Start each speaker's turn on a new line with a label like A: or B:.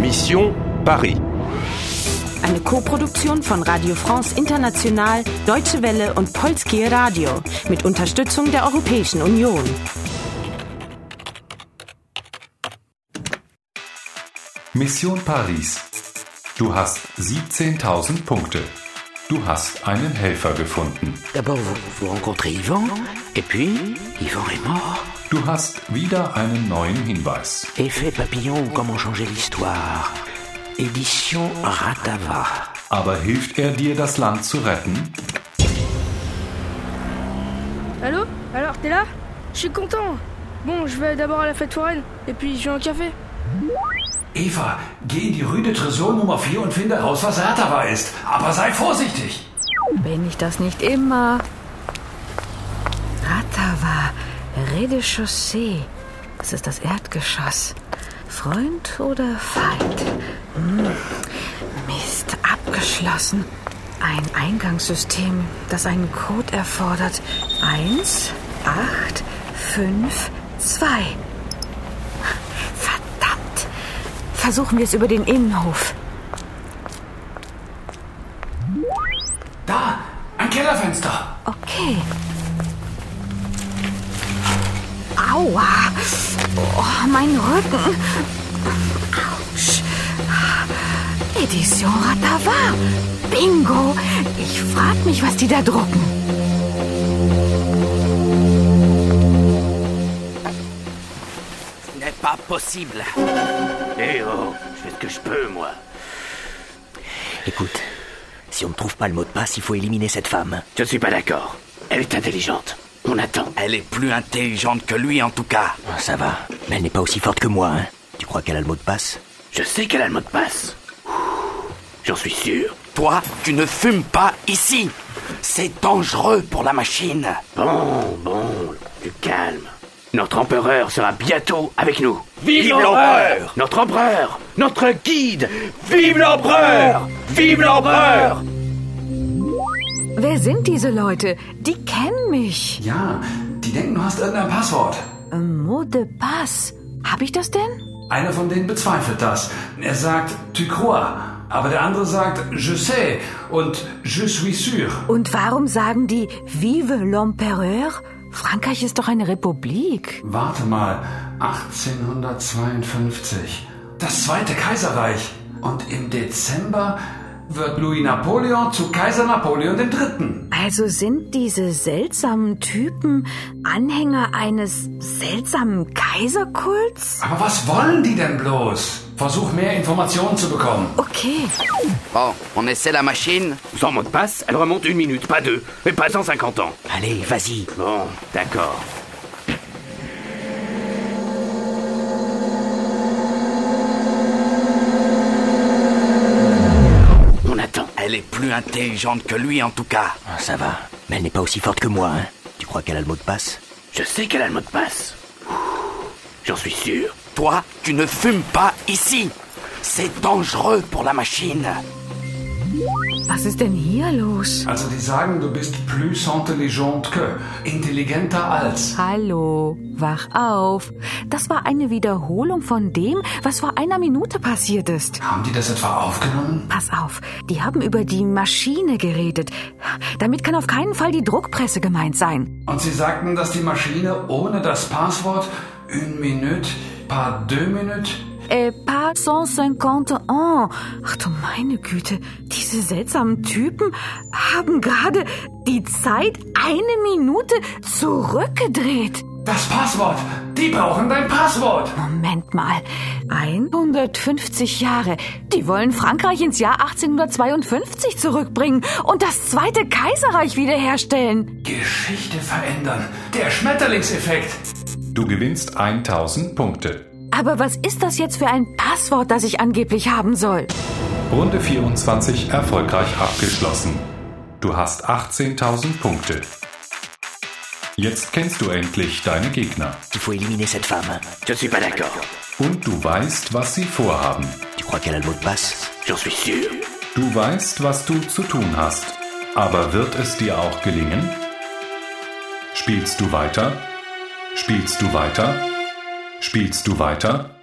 A: Mission Paris.
B: Eine Koproduktion von Radio France International, Deutsche Welle und Polskie Radio mit Unterstützung der Europäischen Union.
C: Mission Paris. Du hast 17.000 Punkte. Du hast einen Helfer gefunden.
D: D'abord, vous, vous rencontrez Yvan, et puis Yvan est mort.
C: Du hast wieder einen neuen Hinweis.
D: Effet papillon, comment changer l'histoire. Édition Ratava.
C: Aber hilft er dir, das Land zu retten?
E: Allô Alors, t'es là Je suis content Bon, je vais d'abord à la fête foraine, et puis je vais un café.
F: Eva, geh in die Rüde Tresor Nummer 4 und finde heraus, was Ratava ist. Aber sei vorsichtig.
G: Bin ich das nicht immer? Ratava, Rez-de-Chaussee. Das ist das Erdgeschoss. Freund oder Feind? Hm. Mist, abgeschlossen. Ein Eingangssystem, das einen Code erfordert. Eins, acht, fünf, zwei. Verdammt! Versuchen wir es über den Innenhof.
F: Da, ein Kellerfenster.
G: Okay. Aua! Oh, mein Rücken! Autsch! Edition Ratava! Bingo! Ich frag mich, was die da drucken.
D: Ce n'est pas possible. Eh oh, je fais ce que je peux, moi. Écoute, si on ne trouve pas le mot de passe, il faut éliminer cette femme.
H: Je suis pas d'accord. Elle est intelligente. On attend. Ah,
I: Elle est plus intelligente que lui, en tout cas.
D: Ça va, mais elle n'est pas aussi forte que moi, hein. Tu crois qu'elle a le mot de passe
H: Je sais qu'elle a le mot de passe. Ouh, J'en suis sûr.
I: Toi, tu ne fumes pas ici. C'est dangereux pour la machine.
H: Bon, bon, du calme. Notre empereur sera bientôt avec nous. Vive
I: l'empereur
H: Notre empereur Notre guide
I: Vive l'empereur Vive l'empereur
G: Wer sind diese Leute? Die kennen mich.
F: Ja, die denken, du hast irgendein Passwort.
G: Ähm, Mot de passe. Hab ich das denn?
F: Einer von denen bezweifelt das. Er sagt, tu crois. Aber der andere sagt, je sais und je suis sûr.
G: Und warum sagen die Vive l'Empereur? Frankreich ist doch eine Republik.
F: Warte mal, 1852. Das Zweite Kaiserreich. Und im Dezember wird Louis Napoleon zu Kaiser Napoleon III.
G: Also sind diese seltsamen Typen Anhänger eines seltsamen Kaiserkults?
F: Aber was wollen die denn bloß? Versuch mehr Informationen zu bekommen.
G: Okay.
I: Bon, on essaie la machine.
H: Sans mot de passe, elle remonte une minute, pas deux, mais pas 150 ans.
D: Allez, vas-y.
H: Bon, d'accord. On attend.
I: Elle est plus intelligente que lui, en tout cas.
D: Ah, Ça va, mais elle n'est pas aussi forte que moi, hein. Tu crois qu'elle a le mot de passe
H: Je sais qu'elle a le mot de passe. Ouh, J'en suis sûr.
I: Toi, tu ne fumes pas ici. C'est dangereux pour la machine.
G: Was ist denn hier los?
F: Also die sagen, du bist plus intelligent que. Intelligenter als.
G: Hallo, wach auf. Das war eine Wiederholung von dem, was vor einer Minute passiert ist.
F: Haben die das etwa aufgenommen?
G: Pass auf, die haben über die Maschine geredet. Damit kann auf keinen Fall die Druckpresse gemeint sein.
F: Und sie sagten, dass die Maschine ohne das Passwort une minute, par deux minutes.
G: Äh, pas 150 ans. Ach du meine Güte, diese seltsamen Typen haben gerade die Zeit eine Minute zurückgedreht.
F: Das Passwort! Die brauchen dein Passwort!
G: Moment mal. 150 Jahre. Die wollen Frankreich ins Jahr 1852 zurückbringen und das Zweite Kaiserreich wiederherstellen.
F: Geschichte verändern. Der Schmetterlingseffekt.
C: Du gewinnst 1000 Punkte.
G: Aber was ist das jetzt für ein Passwort, das ich angeblich haben soll?
C: Runde 24 erfolgreich abgeschlossen. Du hast 18.000 Punkte. Jetzt kennst du endlich deine Gegner
D: Il faut éliminer cette femme.
H: Je suis pas d'accord.
C: und du weißt, was sie vorhaben.
D: Tu crois qu'elle a le mot de passe
H: J'en suis sûr.
C: Du weißt, was du zu tun hast. Aber wird es dir auch gelingen? Spielst du weiter? Spielst du weiter? Spielst du weiter?